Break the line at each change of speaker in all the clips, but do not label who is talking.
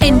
En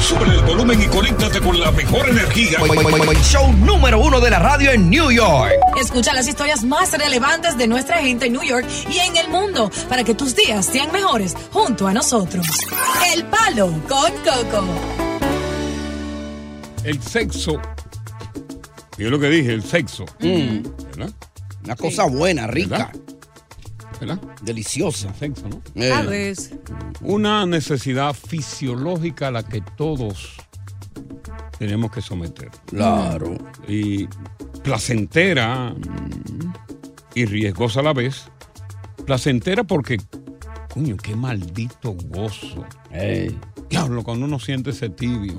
Sube el volumen y conéctate con la mejor energía.
Show número uno de la radio en New York.
Escucha las historias más relevantes de nuestra gente en New York y en el mundo para que tus días sean mejores junto a nosotros. El Palo con Coco.
El sexo. Yo lo que dije, el sexo.
Mm.
¿Verdad?
Una cosa buena, rica,
¿Verdad?
deliciosa.
El sexo, ¿no?
Eh,
A veces.
Una necesidad fisiológica a la que todos tenemos que someter.
claro.
Y placentera mm, y riesgosa a la vez. Placentera porque, coño, qué maldito gozo.
Ey.
Diablo, cuando uno siente ese tibio.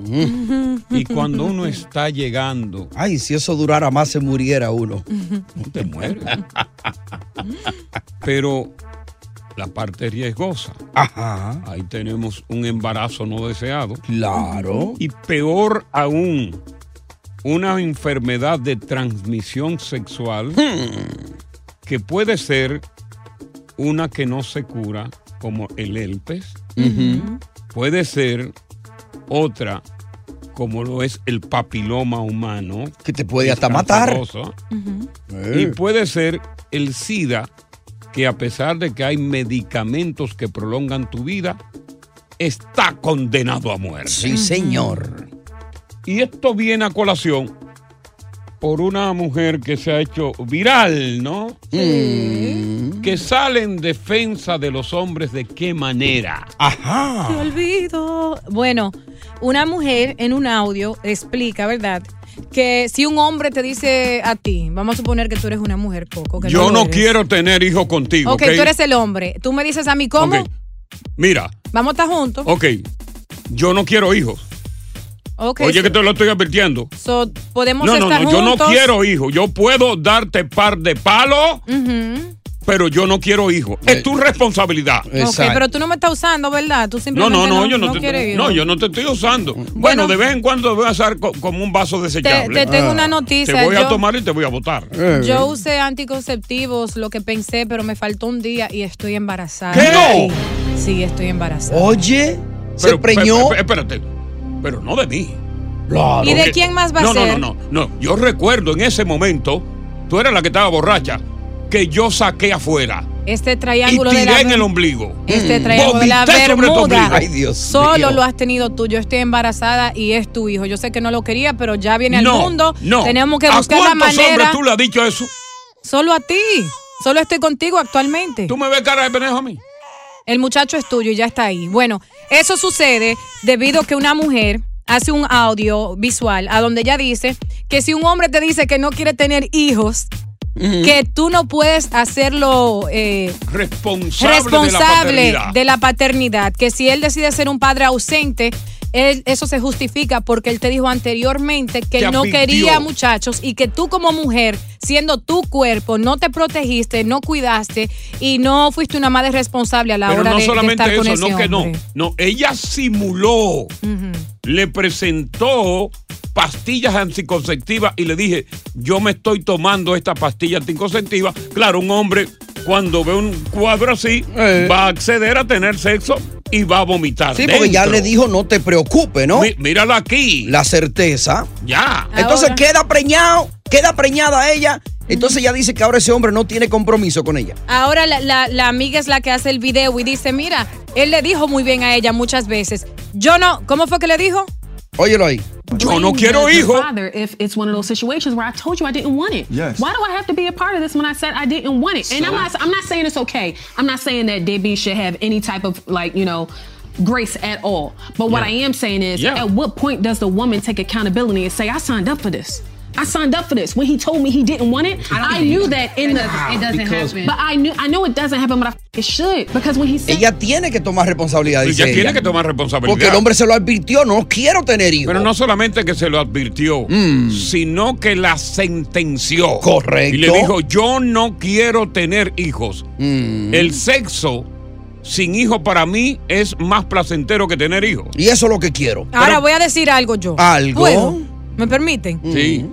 y cuando uno está llegando,
Ay, si eso durara más, se muriera uno.
no te mueres. Pero la parte riesgosa.
Ajá.
Ahí tenemos un embarazo no deseado.
Claro.
Y peor aún, una enfermedad de transmisión sexual
Hmm.
que puede ser una que no se cura, como el herpes. Puede ser otra, como lo es el papiloma humano.
Que te puede hasta matar.
Escandaloso. Y
Eh,
puede ser el SIDA, que a pesar de que hay medicamentos que prolongan tu vida, está condenado a muerte.
Sí, señor.
Y esto viene a colación por una mujer que se ha hecho viral, ¿no?
Mm.
Que sale en defensa de los hombres de qué manera. Ah.
Te
Ajá.
olvido. Bueno, una mujer en un audio explica, ¿verdad? Que si un hombre te dice a ti, vamos a suponer que tú eres una mujer coco. Que
Yo
lo
no
eres.
quiero tener hijo contigo.
Ok, tú eres el hombre. Tú me dices a mí, ¿cómo?
Ok. Mira,
Vamos a estar juntos.
ok. Yo no quiero hijos.
Ok.
Oye,
so-
que te lo estoy advirtiendo.
so, podemos
No, no,
estar
no, yo
juntos.
no quiero hijo. Yo puedo darte par de palos,
Ujú.
pero yo no quiero hijo. Es tu responsabilidad.
Ok,
Exacto.
pero tú no me estás usando, ¿verdad? Tú
No,
simplemente
no, no, yo no,
quieres
te,
ir.
no, yo no te estoy usando. Bueno,
Bueno.
de vez en cuando voy a usar co- como un vaso
Te,
desechable.
te tengo
Ah.
una
Te
noticia.
voy
yo,
a tomar y te voy a votar.
Eh,
yo usé anticonceptivos, lo que pensé, pero me faltó un día y estoy embarazada.
¿Qué?
Sí, Sí, estoy embarazada.
Oye, se preñó.
pe- pe- Espérate, pero no de mí.
Claro.
¿Y de
Que-
quién más va a
no,
ser?
No, no, no, no. Yo recuerdo en ese momento, tú eras la que estaba borracha, que yo saqué afuera
Este
y
triángulo de
tiré
la
en el ombligo. Mm.
este triángulo de la
Vomité sobre tu
Bermuda.
ombligo.
Ay, Dios
Solo
mío.
lo has tenido tú. Yo estoy embarazada y es tu hijo. Yo sé que no lo quería, pero ya viene al
no,
mundo.
no.
Tenemos que
¿A
buscar la
cuántos hombres
manera.
tú le has dicho eso?
Solo a ti. Solo estoy contigo actualmente.
¿Tú me ves cara de pendejo a mí?
El muchacho es tuyo y ya está ahí. Bueno, eso sucede debido a que una mujer hace un audio visual a donde ella dice que si un hombre te dice que no quiere tener hijos,
Ujú.
que tú no puedes hacerlo eh,
Responsable, de
responsable
la paternidad.
de la paternidad, que si él decide ser un padre ausente, él- eso se justifica porque él te dijo anteriormente que
Te
él no
advirtió.
quería muchachos y que tú como mujer, siendo tu cuerpo, no te protegiste, no cuidaste y no fuiste una madre responsable a la
Pero
hora
no
de, de
solamente
estar con
eso,
ese
no que no.
hombre.
No, ella simuló,
Ujú.
le presentó pastillas anticonceptivas y le dije, yo me estoy tomando esta pastilla anticonceptiva. Claro, un hombre cuando ve un cuadro así va a acceder a tener sexo y va a vomitar.
Eh. Sí, porque ya
dentro.
le dijo, no te preocupes, ¿no?
Mí- mírala aquí.
La certeza.
Ya.
Entonces queda preñado, queda preñada ella. Entonces ya dice que ahora ese hombre no tiene compromiso con ella.
Ahora la, la- la amiga es la que hace el video y dice, mira, él le dijo muy bien a ella muchas veces. Yo no, ¿cómo fue que le dijo?
Óyelo ahí.
Yo no quiero
as the
hijo.
Father, if it's one of those situations where I told you I didn't want it,
Yes.
why do I have to be a part of this when I said I didn't want it? And I'm
So-
not, I'm not saying it's okay. I'm not saying that Debbie should have any type of like, you know. Grace at all. But what
Yeah.
I am saying is,
Yeah.
at what point does the woman take accountability and say, I signed up for this? I signed up for this. When he told me he didn't want it,
don't
I
think
knew
it-
that in
it
the
doesn't- it doesn't Because- happen.
But I knew I know it doesn't happen, but I, f- it should because when he said
Ella tiene que tomar responsabilidad.
Pues Ella
Dice
tiene
ella.
que tomar responsabilidad.
Porque el hombre se lo advirtió, no quiero tener hijos.
Pero no solamente que se lo advirtió, sino que la sentenció.
Mm. Correcto.
Y le dijo, yo no quiero tener hijos.
Mm.
El sexo sin hijos para mí es más placentero que tener hijos.
Y eso es lo que quiero.
Ahora voy a decir algo yo.
¿Algo?
¿Puedo? ¿Me permiten?
Mm.
Sí.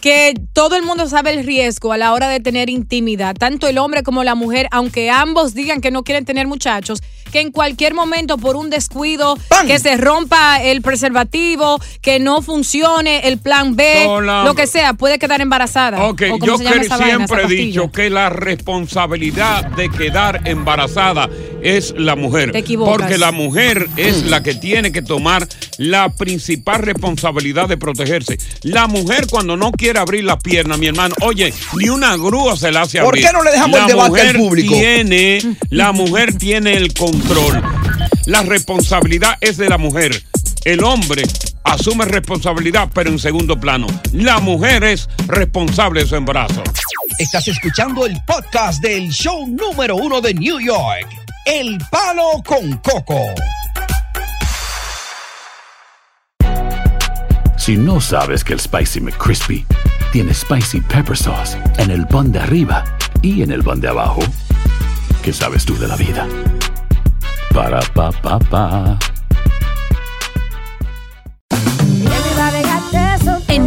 que todo el mundo sabe el riesgo a la hora de tener intimidad, tanto el hombre como la mujer, aunque ambos digan que no quieren tener muchachos, que en cualquier momento por un descuido, que se rompa el preservativo, que no funcione el plan B,
Hola.
lo que sea, puede quedar embarazada.
Ok,
O como
yo
se llama
que
esa vaina,
siempre
esa
he
pastilla.
dicho que la responsabilidad de quedar embarazada es la mujer.
Te equivocas.
Porque la mujer es la que tiene que tomar la principal responsabilidad de protegerse. La mujer cuando no quiere abrir las piernas, mi hermano, oye, ni una grúa se la hace
¿Por
abrir.
qué no le dejamos
La
el debate al
mujer
público?
Tiene, la mujer tiene el control. La responsabilidad es de la mujer. El hombre asume responsabilidad, pero en segundo plano. La mujer es responsable de su embarazo.
Estás escuchando el podcast del show número uno de New York, El Palo con Coco.
Si no sabes que el Spicy McCrispy tiene Spicy Pepper Sauce en el pan de arriba y en el pan de abajo, ¿qué sabes tú de la vida? Para, pa, pa, pa.
En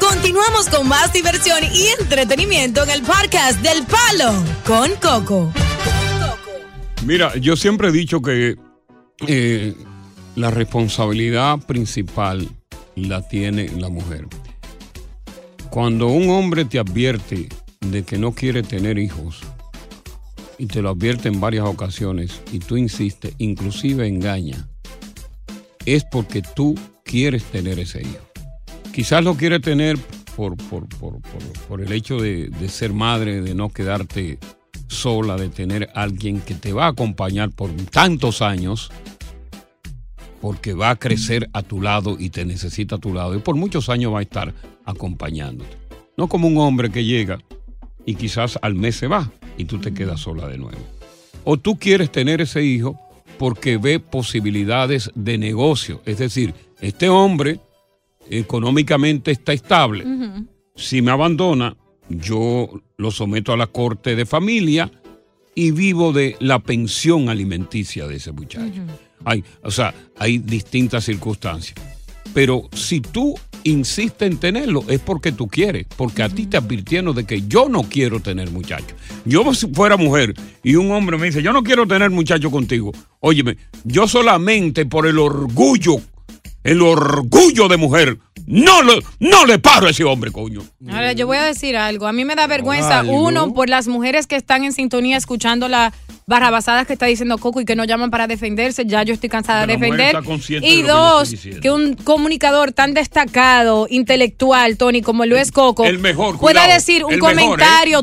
Continuamos con más diversión y entretenimiento en el podcast del Palo con Coco.
Mira, yo siempre he dicho que eh, la responsabilidad principal la tiene la mujer. Cuando un hombre te advierte de que no quiere tener hijos, y te lo advierte en varias ocasiones, y tú insistes, inclusive engaña, es porque tú quieres tener ese hijo. Quizás lo quieres tener por, por, por, por, por el hecho de, de ser madre, de no quedarte sola, de tener alguien que te va a acompañar por tantos años, porque va a crecer a tu lado y te necesita a tu lado, y por muchos años va a estar acompañándote. No como un hombre que llega y quizás al mes se va y tú te quedas sola de nuevo. O tú quieres tener ese hijo porque ve posibilidades de negocio, es decir, este hombre económicamente está estable
Mm-hmm.
si me abandona, yo lo someto a la corte de familia y vivo de la pensión alimenticia de ese muchacho. Hay, o sea, hay distintas circunstancias. Pero si tú insistes en tenerlo, es porque tú quieres, porque a ti te advirtieron de que yo no quiero tener muchachos. Yo si fuera mujer y un hombre me dice, yo no quiero tener muchachos contigo. Óyeme, yo solamente por el orgullo, el orgullo de mujer, no, lo- no le paro a ese hombre, coño.
Ahora, yo voy a decir algo. A mí me da vergüenza,
Algo.
uno, por las mujeres que están en sintonía escuchando las barrabasadas que está diciendo Coco y que no llaman para defenderse. Ya yo estoy cansada
Pero
de
la mujer
defender.
está consciente
Y
de lo que yo estoy
dos,
diciendo.
que un comunicador tan destacado, intelectual, Tony, como lo es Coco,
el mejor,
pueda
cuidado,
decir un
el mejor,
comentario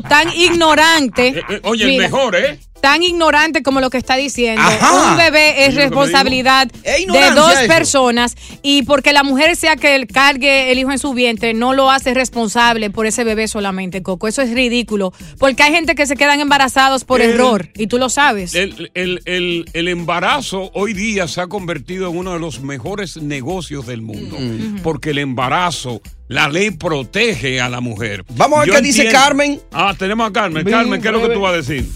tan ignorante.
Eh, Oye,
Mira,
el mejor, ¿eh?
Tan ignorante como lo que está diciendo.
Ajá.
Un bebé
Eso es lo
es
que te
responsabilidad
digo.
de
Es
dos
ignorancia eso.
personas y porque la mujer sea que él cargue el hijo en su vientre, no lo hace responsable por ese bebé solamente, Coco. Eso es ridículo. Porque hay gente que se quedan embarazados por
Eh.
error y tú lo sabes.
El, el- el- el embarazo hoy día se ha convertido en uno de los mejores negocios del mundo. Porque el embarazo, la ley protege a la mujer.
Vamos a ver qué dice Carmen.
Ah, tenemos a Carmen.
Ven,
Carmen, ¿qué es lo que
bebé.
tú vas a decir?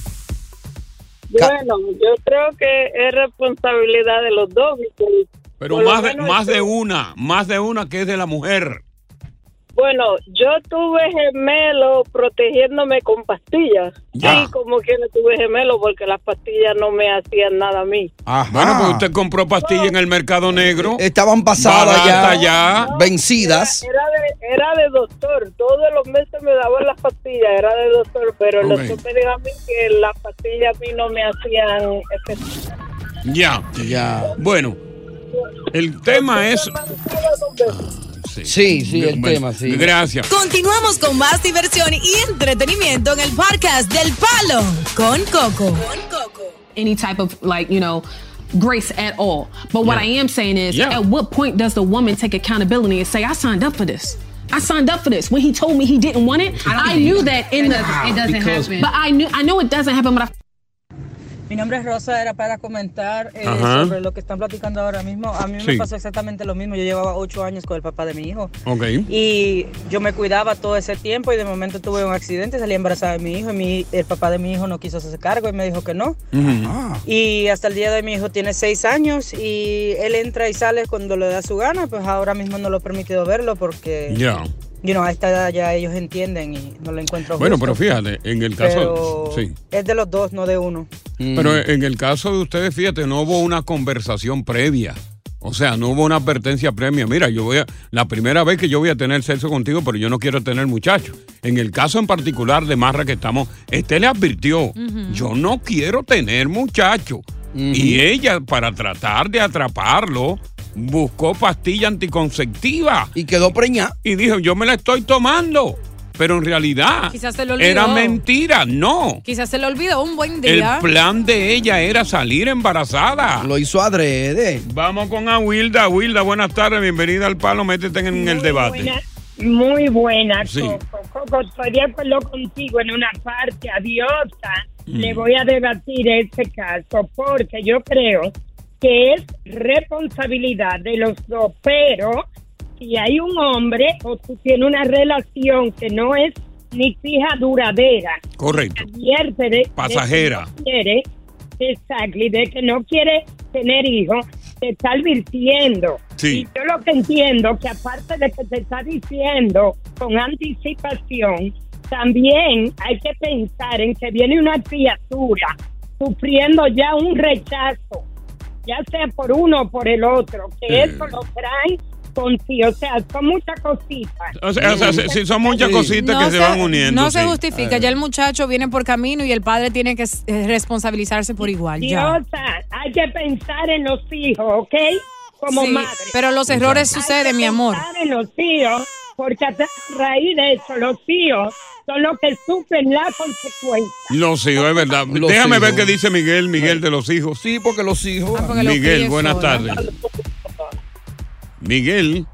Bueno, yo creo que es responsabilidad de los dos. porque
Pero
por lo
más de,
menos
más de
este-
yo-
una, más de una que es de la mujer.
Bueno, yo tuve gemelo protegiéndome con pastillas.
Ya.
Sí, como que no tuve gemelo porque las pastillas no me hacían nada a mí.
Bueno, pues usted compró pastillas en el mercado negro.
Eh, Estaban pasadas
barata
ya,
ya.
vencidas.
Era de, era de doctor, todos los meses me daban las pastillas, era de doctor, pero el
Ok.
doctor me dijo a mí que las pastillas a mí no me hacían efecto.
Ya. Ya. Bueno, el tema es. Sí,
sí, el
Bueno,
tema, sí.
Gracias.
Continuamos con más diversión y entretenimiento en el podcast del Palo con Coco.
any type of like you know grace at all but what
Yeah.
i am saying is
Yeah.
at what point does the woman take accountability and say i signed up for this I signed up for this. When he told me he didn't want it, I, knew that in
It
the
doesn't- it doesn't Because- happen.
But I knew I know it doesn't happen. But I
Mi nombre es Rosa, era para comentar eh,
Ajá.
sobre lo que están platicando ahora mismo. A mí
Sí.
me pasó exactamente lo mismo. Yo llevaba ocho años con el papá de mi hijo.
Ok.
Y yo me cuidaba todo ese tiempo y de momento tuve un accidente, salí embarazada de mi hijo y mi- el papá de mi hijo no quiso hacerse cargo y me dijo que no.
Ah.
Y hasta el día de hoy mi hijo tiene seis años y él entra y sale cuando le da su gana, pues ahora mismo no lo he permitido verlo porque,
Ya.
you know, a esta edad ya ellos entienden y no lo encuentro
Bueno,
justo.
pero fíjate, en el caso.
Pero
sí.
Es de los dos, no de uno.
Pero en el caso de ustedes, fíjate, no hubo una conversación previa. O sea, no hubo una advertencia previa. Mira, yo voy a. La primera vez que yo voy a tener sexo contigo, pero yo no quiero tener muchachos. En el caso en particular de Marra que estamos, este le advirtió: Yo no quiero tener muchachos. Y ella, para tratar de atraparlo, buscó pastilla anticonceptiva.
Y quedó preñada.
Y dijo: Yo me la estoy tomando. Pero en realidad.
Quizás se lo olvidó.
ah, Era mentira, no.
Quizás se le olvidó un buen
El
día.
plan de ella era salir embarazada. Lo
hizo adrede.
Vamos con a Wilda. Wilda, buenas tardes. Bienvenida al palo. Métete en el debate.
Buena- muy buena,
Sí.
Coco. Coco, estoy de acuerdo contigo en una parte. Adiosa, le
Mm.
voy a debatir este caso porque yo creo que es responsabilidad de los dos, pero si hay un hombre o si tiene una relación que no es ni fija duradera,
Correcto.
advierte de- de que
Pasajera.
no quiere, exacto, y de que no quiere tener hijos, te está advirtiendo.
Sí.
Y yo lo que entiendo que aparte de que te está diciendo con anticipación, también hay que pensar en que viene una criatura sufriendo ya un rechazo, ya sea por uno o por el otro, que
Eh.
eso lo traen con sí, o sea, son muchas cositas.
O sea, o sea, sí, son muchas
Sí.
cositas que se, van uniendo.
no se
sí.
justifica, ya el muchacho viene por camino y el padre tiene que eh, responsabilizarse por igual. Ya.
Diosa, hay que pensar en los hijos, ¿ok? Como
Sí,
madre.
pero los errores suceden, mi amor.
pensar en los tíos, porque a raíz de eso, los tíos son los que sufren la consecuencia.
Los hijos, es verdad.
Los
Déjame ver
hijos.
qué dice Miguel, Miguel de los hijos.
Sí, porque los hijos.
Ah, porque los Miguel, críes buenas solos. tardes. Miguel,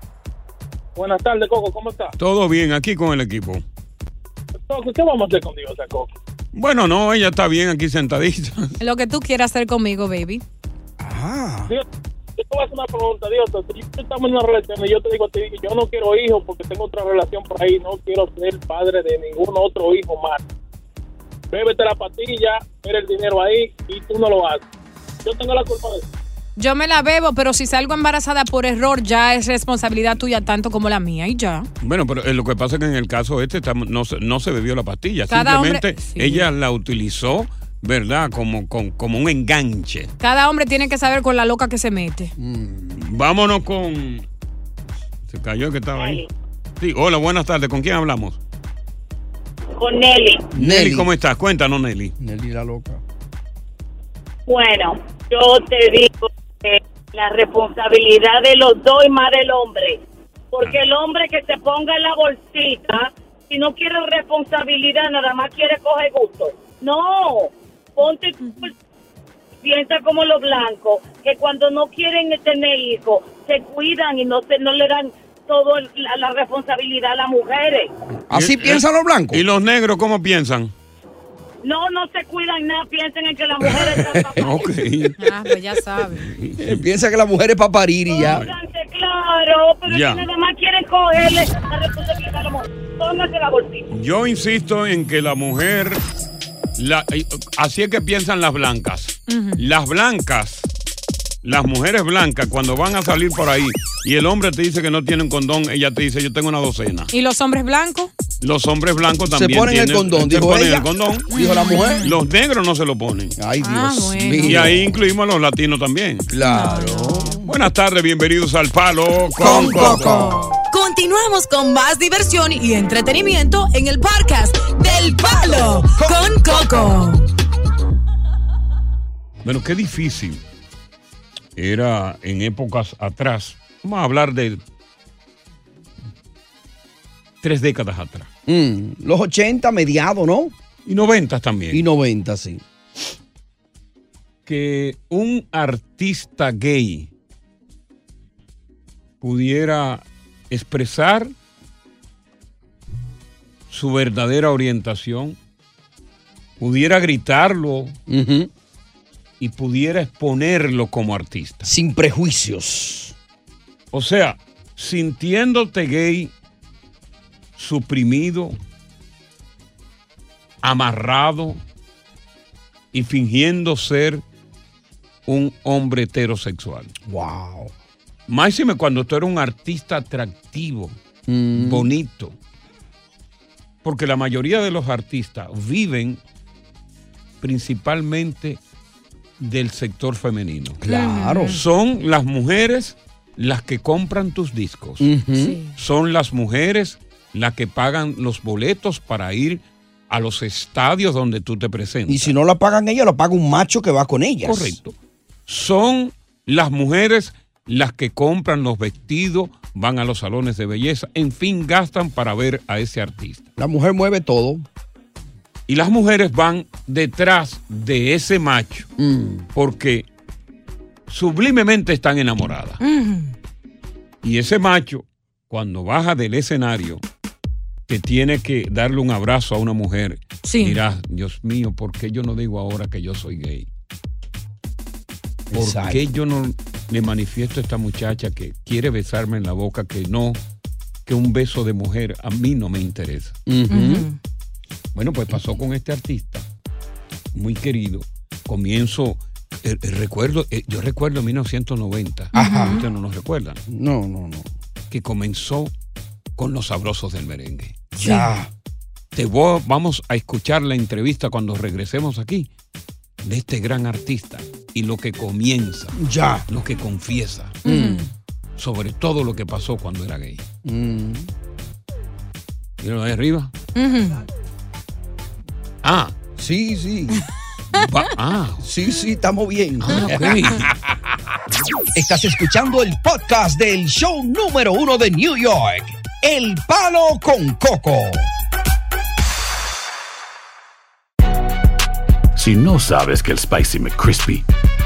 Buenas tardes, Coco, ¿cómo estás?
todo bien aquí con el equipo.
Coco, ¿qué vamos a hacer con Diosa, Coco?
Bueno, no, ella está bien aquí sentadita.
Lo que tú quieras hacer conmigo, baby.
Dios, Yo te voy a hacer una pregunta, Dios. Si yo estamos en una relación y yo te digo a ti que yo no quiero hijos porque tengo otra relación por ahí, no quiero ser padre de ningún otro hijo más. Bébete la pastilla, ver el dinero ahí y tú no lo haces. Yo tengo la culpa de eso.
Yo me la bebo, pero si salgo embarazada por error, ya es responsabilidad tuya tanto como la mía y ya.
Bueno, pero eh, lo que pasa es que en el caso este estamos- no, se- no se bebió la pastilla,
Cada hombre-
simplemente ella la utilizó, ¿verdad? Como, con- como un enganche.
Cada hombre tiene que saber con la loca que se mete. Mm.
Vámonos con... Se cayó el que estaba ahí. Sí, hola, buenas tardes. ¿Con quién hablamos?
con Nelly.
Nelly, ¿cómo estás? Cuéntanos, Nelly.
Nelly la loca.
Bueno, yo te digo que la responsabilidad de los dos y más del hombre. Porque el hombre que se ponga en la bolsita, si no quiere responsabilidad, nada más quiere coger gusto. No, ponte tú, piensa como los blancos, que cuando no quieren tener hijos, se cuidan y no, se, no le dan toda la, la responsabilidad a las mujeres.
¿Así piensan los blancos? eh, ¿Y los negros cómo piensan?
No, no se cuidan nada, piensen en que las mujeres
ok.
Ah, pues ya sabes.
Piensa que la mujer es para parir y ya.
Pónganse, claro, pero
Ya.
si nada más quieren cogerle la responsabilidad a la mujer. Pónganse la bolsita.
Yo insisto en que la mujer, la- eh, así es que piensan las blancas. Las blancas, las mujeres blancas, cuando van a salir por ahí y el hombre te dice que no tiene un condón, ella te dice yo tengo una docena.
¿Y los hombres blancos?
Los hombres blancos también
ponen el
tienen-
condón,
se
dijo
ponen
ella.
el condón.
Dijo la mujer.
Los negros no se lo ponen.
Ay, Dios
Ah, bueno.
mío.
Y ahí incluimos a los latinos también.
Claro.
Buenas tardes, bienvenidos al Palo con, Coco.
Continuamos con más diversión y entretenimiento en el podcast del Palo con Coco.
Bueno, qué difícil era en épocas atrás. Vamos a hablar de tres décadas atrás.
Mm, los 80 mediados, ¿no?
Y 90 también.
Y 90, sí.
Que un artista gay pudiera expresar su verdadera orientación, pudiera gritarlo y pudiera exponerlo como artista.
Sin prejuicios.
O sea, sintiéndote gay, suprimido, amarrado y fingiendo ser un hombre heterosexual.
Wow.
Máxime cuando tú eres un artista atractivo,
Mm-hmm.
bonito. Porque la mayoría de los artistas viven principalmente del sector femenino.
Claro.
Son las mujeres las que compran tus discos. Son las mujeres las que pagan los boletos para ir a los estadios donde tú te presentas.
Y si no la pagan ellas, la paga un macho que va con ellas.
Correcto. Son las mujeres las que compran los vestidos, van a los salones de belleza, en fin, gastan para ver a ese artista.
La mujer mueve todo.
Y las mujeres van detrás de ese macho
Mm.
porque sublimemente están enamoradas. Y ese macho, cuando baja del escenario, te tiene que darle un abrazo a una mujer.
Sí.
Dirás, Dios mío, ¿por qué yo no digo ahora que yo soy gay? ¿Por
Exacto.
qué yo no le manifiesto a esta muchacha que quiere besarme en la boca que no, que un beso de mujer a mí no me interesa?
Ujú.
Bueno, pues pasó con este artista, muy querido. Comienzo, eh, eh, recuerdo, eh, yo recuerdo 1990.
Ajá.
Ustedes no nos recuerdan.
No, no, no.
Que comenzó con los sabrosos del merengue.
Ya.
Te voy- vamos a escuchar la entrevista cuando regresemos aquí de este gran artista y lo que comienza.
Ya.
Lo que confiesa.
Mm.
Sobre todo lo que pasó cuando era gay.
Mm.
Míralo ahí arriba. Ah.
Sí, sí.
ah.
Sí, sí, estamos bien.
Estás escuchando el podcast del show número uno de New York, El Palo con Coco.
Si no sabes que el Spicy McCrispy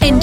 En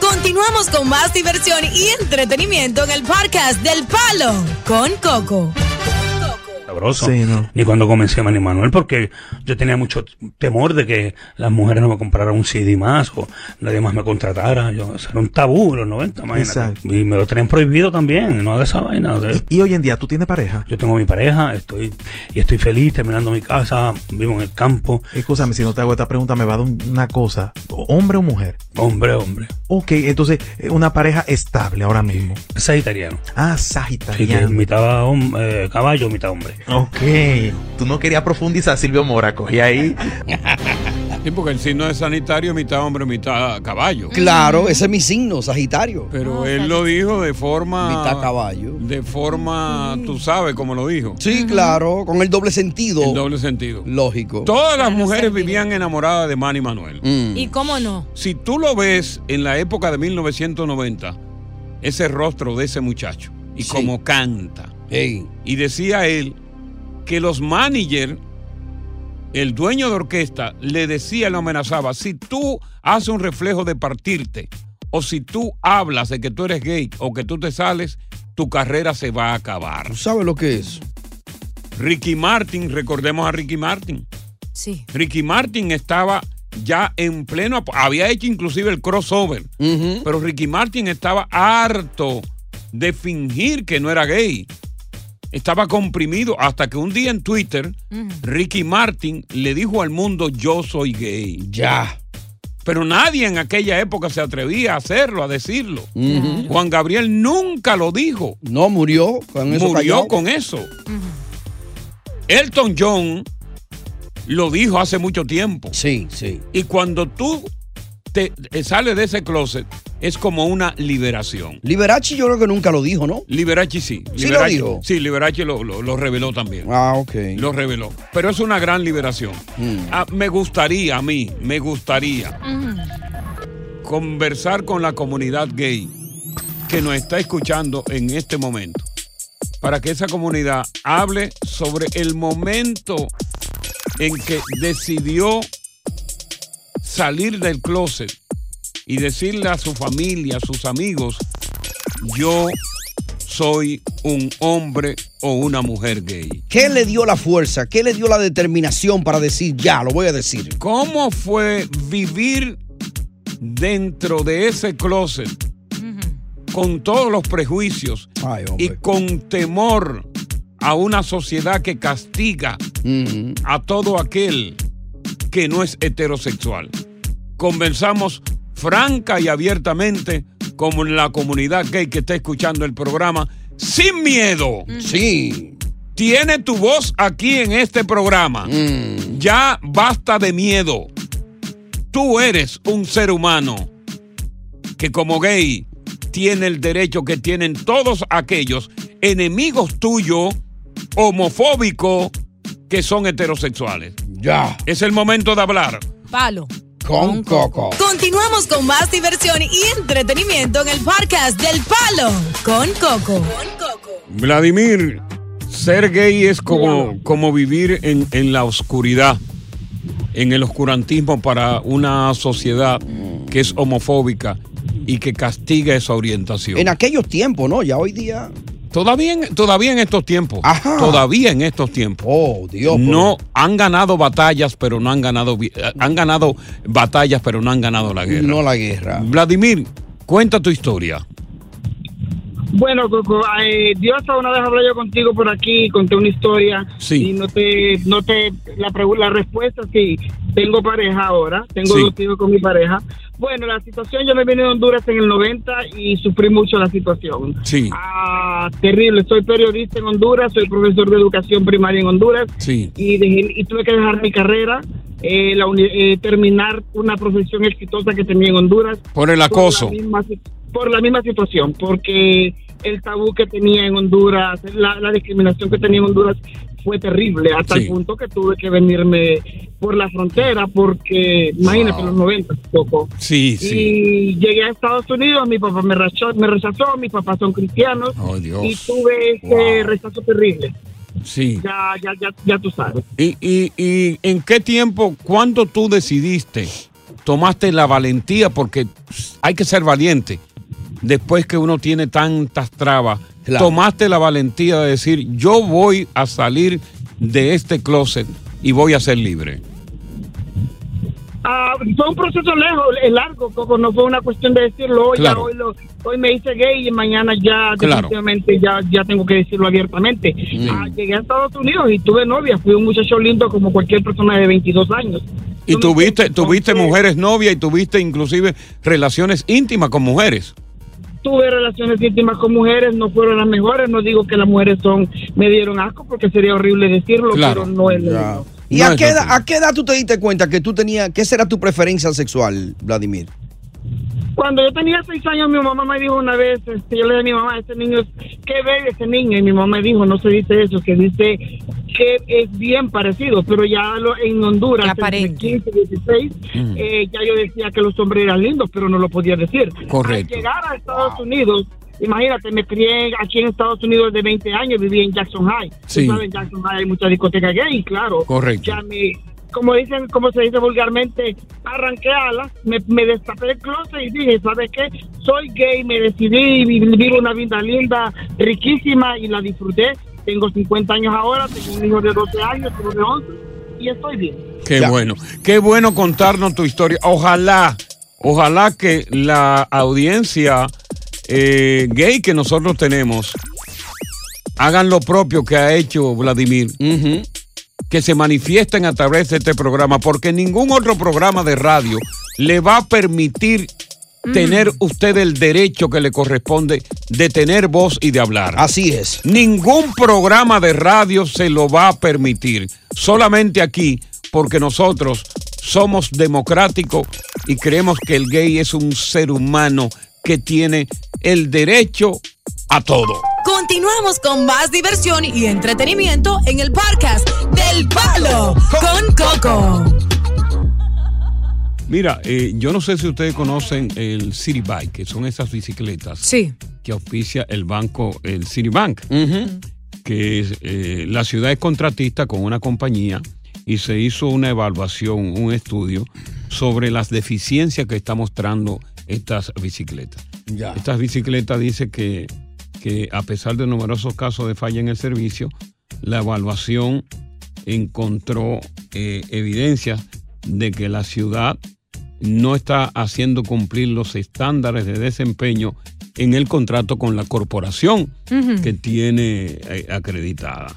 Continuamos con más diversión y entretenimiento en el podcast del Palo con Coco.
sabroso.
Sí, no.
Ni cuando comencé a Manny Manuel, porque yo tenía mucho temor de que las mujeres no me compraran un CD más o nadie más me contratara. Yo, eso era un tabú en los 90, imagínate.
Exacto.
Y me lo tenían prohibido también, no de esa vaina. de-
Y hoy en día, ¿tú tienes pareja?
Yo tengo mi pareja, estoy y estoy feliz terminando mi casa, vivo en el campo.
Escúchame, si no te hago esta pregunta, me va a dar una cosa. ¿Hombre o mujer?
Hombre, hombre.
Ok, entonces, eh, una pareja estable ahora mismo.
Sagitariano.
Ah,
Así que
sagitariano.
mitad hom- eh, caballo, mitad hombre.
ok. Tú no querías profundizar, Silvio Mora. Cogí ahí.
Sí, porque el signo de sanitario, mitad hombre, mitad caballo. Mm.
Claro, ese es mi signo, Sagitario.
Pero él lo dijo de forma.
Mitad caballo.
De forma,
Mm.
tú sabes cómo lo dijo.
Sí, claro, con el doble sentido. El
doble sentido.
Lógico. Mm.
Todas las mujeres vivían enamoradas de Manny Manuel.
¿Y cómo no?
Si tú lo ves en la época de 1990, ese rostro de ese muchacho y cómo canta. Y decía él que los managers, el dueño de orquesta, le decía, lo amenazaba, si tú haces un reflejo de partirte o si tú hablas de que tú eres gay o que tú te sales, tu carrera se va a acabar.
¿Sabes lo que es?
Ricky Martin, recordemos a Ricky Martin.
Sí.
Ricky Martin estaba ya en pleno, ap- había hecho inclusive el crossover, pero Ricky Martin estaba harto de fingir que no era gay. Estaba comprimido hasta que un día en Twitter Ricky Martin le dijo al mundo yo soy gay.
Ya.
Pero nadie en aquella época se atrevía a hacerlo, a decirlo. Juan Gabriel nunca lo dijo.
No, murió con eso.
Murió
callado.
con eso. Elton John lo dijo hace mucho tiempo.
Sí, sí.
Y cuando tú te, eh, sales de ese closet, es como una liberación.
Liberachi yo creo que nunca lo dijo, ¿no?
Liberace sí.
Sí lo
Liberace-
dijo.
Sí, Liberace lo, lo- lo reveló también.
Ah, ok.
Lo reveló. Pero es una gran liberación. Ah, me gustaría a mí, me gustaría conversar con la comunidad gay que nos está escuchando en este momento. Para que esa comunidad hable sobre el momento en que decidió salir del closet y decirle a su familia, a sus amigos, yo soy un hombre o una mujer gay.
¿Qué le dio la fuerza? ¿Qué le dio la determinación para decir ya, lo voy a decir?
¿Cómo fue vivir dentro de ese closet con todos los prejuicios y con temor a una sociedad que castiga a todo aquel que no es heterosexual? Conversamos franca y abiertamente con la comunidad gay que está escuchando el programa sin miedo.
Sí.
Tiene tu voz aquí en este programa. Ya basta de miedo. Tú eres un ser humano que como gay tiene el derecho que tienen todos aquellos enemigos tuyos, homofóbicos, que son heterosexuales.
Ya.
Es el momento de hablar.
Palo.
Con Coco.
Continuamos con más diversión y entretenimiento en el podcast del Palo con Coco.
Vladimir, ser gay es como, como vivir en, en la oscuridad, en el oscurantismo para una sociedad que es homofóbica y que castiga esa orientación.
En aquellos tiempos, ¿no? Ya hoy día.
Todavía en, todavía en estos tiempos. Todavía en estos tiempos.
Oh, Dios.
No han ganado batallas, pero no han ganado vi- eh, han ganado batallas, pero no han ganado la guerra.
No la guerra.
Vladimir, cuenta tu historia.
Bueno, Coco, eh, Dios, una vez hablé yo contigo por aquí, conté una historia.
Sí.
Y no te, no te, la, pregu- la respuesta sí, tengo pareja ahora, tengo
Sí.
dos hijos con mi pareja. Bueno, la situación, yo me vine de Honduras en el 90 y sufrí mucho la situación.
Sí.
Ah, terrible, soy periodista en Honduras, soy profesor de educación primaria en Honduras.
Sí.
Y, dejé- y tuve que dejar mi carrera, eh, la uni- eh, terminar una profesión exitosa que tenía en Honduras.
Por el
Por la
acoso.
misma si- por la misma situación, porque el tabú que tenía en Honduras, la, la discriminación que tenía en Honduras fue terrible, hasta el punto que tuve que venirme por la frontera, porque imagínate, en los 90 poco.
Sí, sí.
Y llegué a Estados Unidos, mi papá me rechazó, me rechazó mis papás son cristianos,
Oh, Dios.
y tuve ese rechazo terrible.
Sí.
Ya, ya, ya, ya tú sabes.
¿Y, y, y en qué tiempo, cuándo tú decidiste, tomaste la valentía, porque hay que ser valiente, después que uno tiene tantas trabas,
Claro.
tomaste la valentía de decir, yo voy a salir de este closet y voy a ser libre?
Ah, fue un proceso lejos, eh, largo, Coco, no fue una cuestión de decirlo hoy,
Claro.
ya hoy, lo- hoy me hice gay y mañana ya
Claro.
definitivamente ya, ya tengo que decirlo abiertamente. Ah, llegué a Estados Unidos y tuve novia, fui un muchacho lindo como cualquier persona de 22 años.
Y tuviste, tuviste mujeres novias y tuviste inclusive relaciones íntimas con mujeres.
Tuve relaciones íntimas con mujeres, no fueron las mejores, no digo que las mujeres son, me dieron asco porque sería horrible decirlo,
Claro.
pero no es lo
Ya.
mismo.
¿Y
No
a,
es
qué
lo
edad, a qué edad tú te diste cuenta que tú tenías, qué será tu preferencia sexual, Vladimir?
Cuando yo tenía seis años, mi mamá me dijo una vez, este, yo le dije a mi mamá, este niño, es- qué bello ese niño, y mi mamá me dijo, no se dice eso, se dice que es bien parecido, pero ya lo- en Honduras, entre 15, 16,
Mm.
eh, ya yo decía que los hombres eran lindos, pero no lo podía decir.
Correcto.
Al llegar a Estados Unidos, imagínate, me crié aquí en Estados Unidos de 20 años, viví en Jackson High.
Sí.
Tú sabes, en Jackson High hay muchas discotecas gay, y claro.
Correcto.
Ya me, como dicen, como se dice vulgarmente, arranqué alas, me, me destapé del closet y dije, ¿sabes qué? Soy gay, me decidí vi- vivir una vida linda, riquísima y la disfruté. Tengo 50 años ahora, tengo un hijo de 12 años, tengo de 11 y estoy bien.
Qué bueno, qué bueno contarnos tu historia. Ojalá, ojalá que la audiencia eh, gay que nosotros tenemos hagan lo propio que ha hecho Vladimir. Que se manifiesten a través de este programa, porque ningún otro programa de radio le va a permitir tener usted el derecho que le corresponde de tener voz y de hablar.
Así es.
Ningún programa de radio se lo va a permitir. Solamente aquí, porque nosotros somos democráticos y creemos que el gay es un ser humano que tiene el derecho a todo.
Continuamos con más diversión y entretenimiento en el podcast del Palo con Coco.
Mira, eh, yo no sé si ustedes conocen el City Bike, que son esas bicicletas
Sí.
que auspicia el banco, el Citibank, que es, eh, la ciudad es contratista con una compañía y se hizo una evaluación, un estudio sobre las deficiencias que está mostrando estas bicicletas.
Ya.
Estas bicicletas dice que, que a pesar de numerosos casos de falla en el servicio, la evaluación encontró eh, evidencias de que la ciudad no está haciendo cumplir los estándares de desempeño en el contrato con la corporación
Ujú.
que tiene eh, acreditada.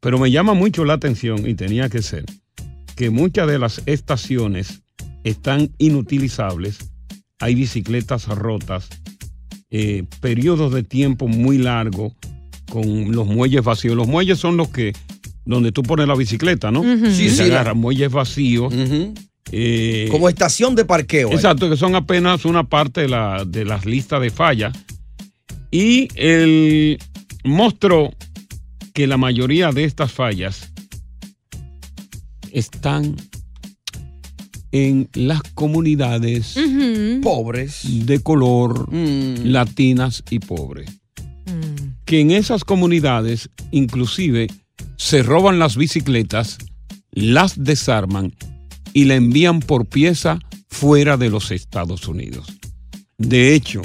Pero me llama mucho la atención y tenía que ser que muchas de las estaciones están inutilizables, hay bicicletas rotas, eh, periodos de tiempo muy largos con los muelles vacíos. Los muelles son los que donde tú pones la bicicleta, ¿no?
Ujú. Sí, sí,
Y se
la-
agarran muelles vacíos. eh,
Como estación de parqueo. eh.
Exacto, que son apenas una parte de, la- de las listas de fallas. Y el mostró que la mayoría de estas fallas están en las comunidades
pobres
de color, latinas y pobres. Que en esas comunidades inclusive se roban las bicicletas, las desarman y la envían por pieza fuera de los Estados Unidos. De hecho,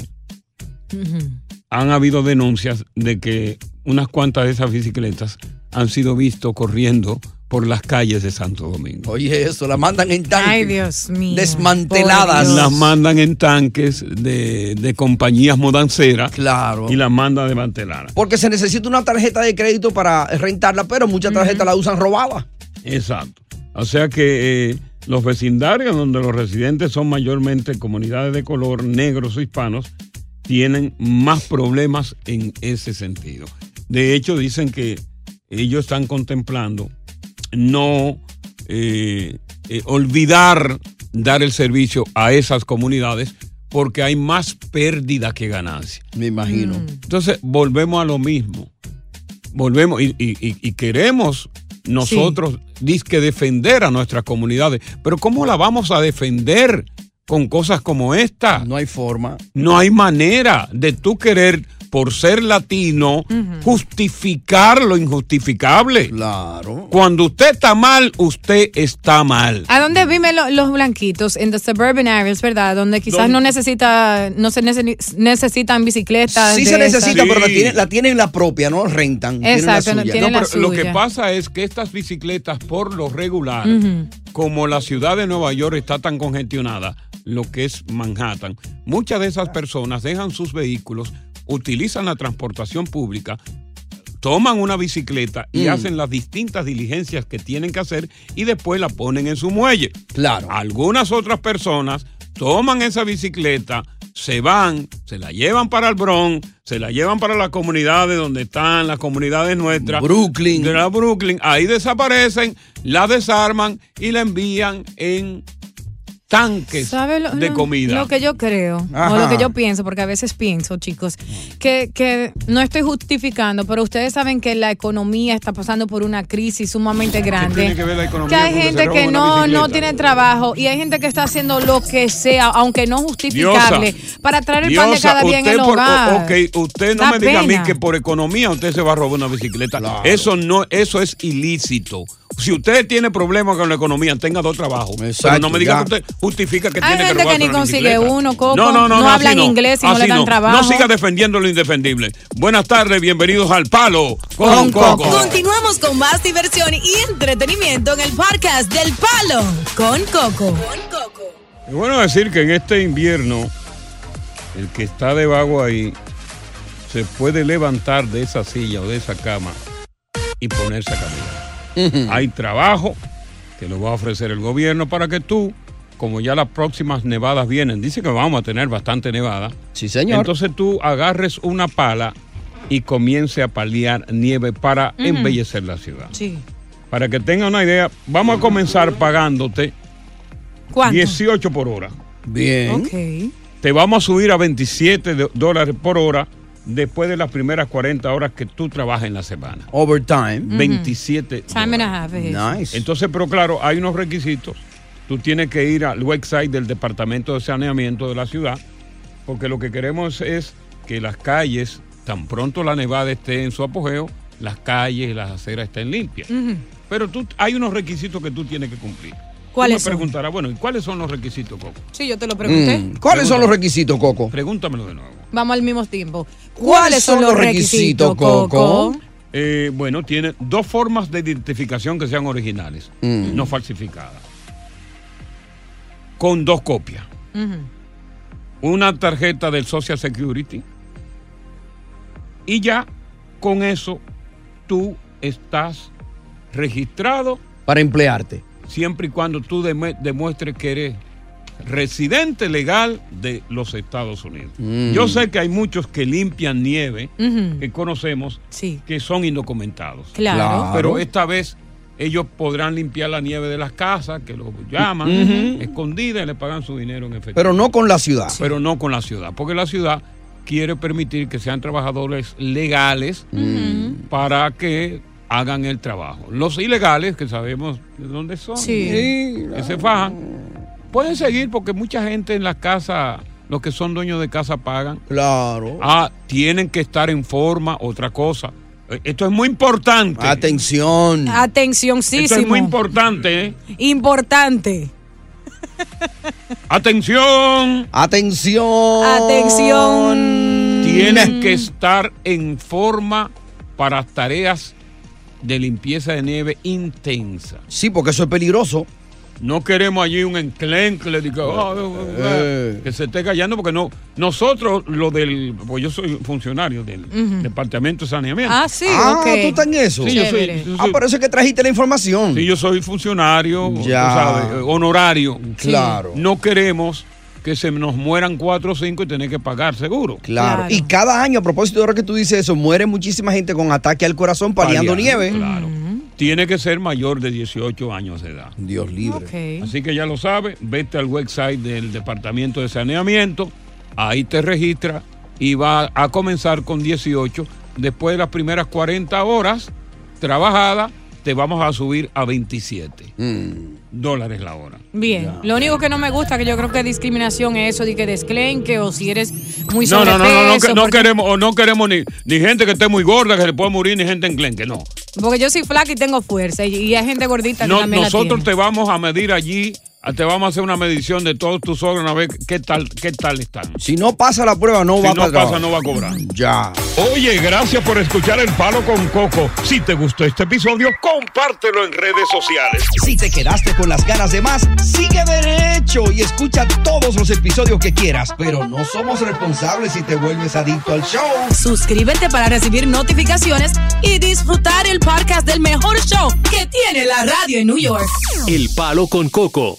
han habido denuncias de que unas cuantas de esas bicicletas han sido vistos corriendo por las calles de Santo Domingo.
Oye, eso, la mandan en tanque.
Ay, Dios mío.
Desmanteladas.
Las mandan en tanques de, de compañías modanceras. Claro. Y las mandan desmanteladas.
Porque se necesita una tarjeta de crédito para rentarla, pero muchas tarjetas la usan robada.
Exacto. O sea que eh, los vecindarios donde los residentes son mayormente comunidades de color, negros o hispanos, tienen más problemas en ese sentido. De hecho, dicen que ellos están contemplando no eh, eh, olvidar dar el servicio a esas comunidades porque hay más pérdida que ganancia.
Me imagino.
Entonces, volvemos a lo mismo. Volvemos y, y- y- y queremos nosotros, disque, defender a nuestras comunidades. Pero ¿cómo la vamos a defender con cosas como esta?
No hay forma.
No hay manera de tú querer, por ser latino, justificar lo injustificable.
Claro.
Cuando usted está mal, usted está mal.
¿A dónde viven lo- los blanquitos? En the suburban areas, ¿verdad? Donde quizás
¿Dónde?
no necesita, no se nece- necesitan bicicletas.
Sí
de
se
esas.
necesita, pero la tienen, la tienen la propia, ¿no? Rentan. tienen la
Exacto, no
suya.
tienen la
Lo que
suya.
pasa es que estas bicicletas, por lo regular,
Ujú.
como la ciudad de Nueva York está tan congestionada, lo que es Manhattan, muchas de esas personas dejan sus vehículos, utilizan la transportación pública, toman una bicicleta y
Mm.
hacen las distintas diligencias que tienen que hacer y después la ponen en su muelle.
Claro.
Algunas otras personas toman esa bicicleta, se van, se la llevan para el Bronx, se la llevan para las comunidades donde están las comunidades nuestras.
Brooklyn.
De la Brooklyn. Ahí desaparecen, la desarman y la envían en tanques
¿Sabe lo-
de
lo-
comida.
Lo que yo creo, o
Ajá.
lo que yo pienso, porque a veces pienso, chicos, que, que no estoy justificando, pero ustedes saben que la economía está pasando por una crisis sumamente grande.
tiene que ver la economía
Que hay
con que se
gente
roba
que
una
no,
bicicleta?
no tiene trabajo y hay gente que está haciendo lo que sea, aunque no justificable,
Diosa,
para traer el pan de
Diosa,
cada día en
usted
el
por- o-
hogar.
ok, usted no
Da
me diga a mí
pena.
que por economía usted se va a robar una bicicleta. Eso no, eso es ilícito. Si usted tiene problemas con la economía, tenga dos trabajos. pero no me diga
ya.
que usted justifica que tiene
Hay
que
gente que
robarse
ni
una
consigue
bicicleta.
uno, Coco,
No, no, no, no, así
hablan inglés y no
Así
le dan trabajo.
No siga defendiendo lo indefendible. Buenas tardes, bienvenidos al Palo con,
Con
Coco.
Continuamos con más diversión y entretenimiento en el podcast del Palo con Coco.
Es bueno decir que en este invierno, el que está de vago ahí, se puede levantar de esa silla o de esa cama y ponerse a caminar. Hay trabajo que lo va a ofrecer el gobierno para que tú, como ya las próximas nevadas vienen, dice que vamos a tener bastante nevada.
Sí, señor.
Entonces tú agarres una pala y comience a paliar nieve para
Ujú.
embellecer la ciudad.
Sí.
Para que tengan una idea, vamos a comenzar pagándote
¿Cuánto?
18 por hora.
Bien.
Ok.
Te vamos a subir a 27 do- dólares por hora después de las primeras 40 horas que tú trabajas en la semana.
Overtime.
27.
Time and a half es
eh.
eso.
Entonces, pero claro, hay unos requisitos. Tú tienes que ir al website del Departamento de Saneamiento de la ciudad, porque lo que queremos es que las calles, tan pronto la nevada esté en su apogeo, las calles y las aceras estén limpias.
Ujú.
Pero tú, hay unos requisitos que tú tienes que cumplir.
¿Cuáles
Tú me
son?
preguntarás, bueno, ¿y cuáles son los requisitos, Coco?
Sí, yo te lo pregunté.
Mm. ¿Cuáles son los requisitos, Coco?
Pregúntamelo de nuevo.
Vamos al mismo tiempo. ¿Cuáles son los requisitos, Coco?
Eh, bueno, tiene dos formas de identificación que sean originales,
Mm.
no falsificadas. Con dos copias. Una tarjeta del Social Security. Y ya con eso tú estás registrado
Para emplearte.
siempre y cuando tú deme- demuestres que eres residente legal de los Estados Unidos.
Mm.
Yo sé que hay muchos que limpian nieve,
Ujú.
que conocemos, que son indocumentados.
Claro. Claro.
Pero esta vez ellos podrán limpiar la nieve de las casas, que los llaman,
Ujú.
escondida y le pagan su dinero en efectivo.
Pero no con la ciudad.
Pero no con la ciudad, porque la ciudad quiere permitir que sean trabajadores legales para que hagan el trabajo. Los ilegales, que sabemos de dónde son,
Sí.
y que se fajan, pueden seguir porque mucha gente en las casas, los que son dueños de casa pagan.
Claro.
Ah, tienen que estar en forma, otra cosa. Eh, Esto es muy importante.
Atención.
Esto Mm. es muy
Atencióncísimo.
importante. ¿eh?
Importante.
Atención.
Atención.
Atención.
Tienen que estar en forma para tareas de limpieza de nieve intensa.
Sí, porque eso es peligroso.
No queremos allí un enclencle de que, "Ah, eh, que se esté callando porque no nosotros lo del pues yo soy funcionario del
Ujú.
departamento de saneamiento.
Ah, sí,
Ah, tú estás en eso.
Sí, yo soy, yo
Ah,
soy-
por eso es que trajiste la información.
Sí, yo soy funcionario, tú
Ya.
sabes, eh, honorario.
Claro.
No queremos que se nos mueran cuatro o cinco y tener que pagar seguro.
Claro. Y cada año, a propósito de ahora que tú dices eso, muere muchísima gente con ataque al corazón paliando
Paliando,
nieve.
claro. Tiene que ser mayor de 18 años de edad.
Dios libre.
Así que ya lo sabes, vete al website del Departamento de Saneamiento, Ahí te registra y va a comenzar con 18. Después de las primeras 40 horas trabajadas, te vamos a subir a 27
Mm.
dólares la hora.
Bien, lo único que no me gusta, que yo creo que discriminación es eso, de que desclenque o si eres muy
no, no, no, no, no, que-
sobrepeso,
no
porque-
queremos, o no queremos ni, ni gente que esté muy gorda, que se pueda morir, ni gente enclenque, no.
Porque yo soy flaca y tengo fuerza y, y hay gente gordita que
No,
también
nosotros
la
te vamos a medir allí, a- te vamos a hacer una medición de todos tus órganos a ver qué tal, qué tal están.
Si no pasa la prueba, no
si
va
no
para
pasa,
atrás.
no va a cobrar.
Ya.
Oye, gracias por escuchar El Palo con Coco. Si te gustó este episodio, compártelo en redes sociales.
Si te quedaste con las ganas de más, sigue derecho y escucha todos los episodios que quieras. Pero no somos responsables si te vuelves adicto al show.
Suscríbete para recibir notificaciones y disfrutar el podcast del mejor show que tiene la radio en New York.
El Palo con Coco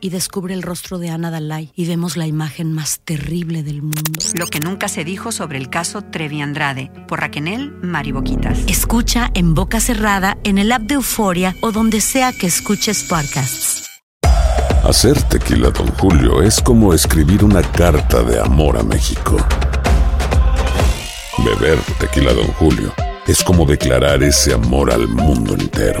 Y descubre el rostro de Ana Dalai y vemos la imagen más terrible del mundo.
Lo que nunca se dijo sobre el caso Trevi Andrade por Raquenel Mariboquitas.
Escucha en boca cerrada, en el app de Euforia o donde sea que escuches podcasts.
Hacer tequila, Don Julio, es como escribir una carta de amor a México. Beber tequila, Don Julio, es como declarar ese amor al mundo entero.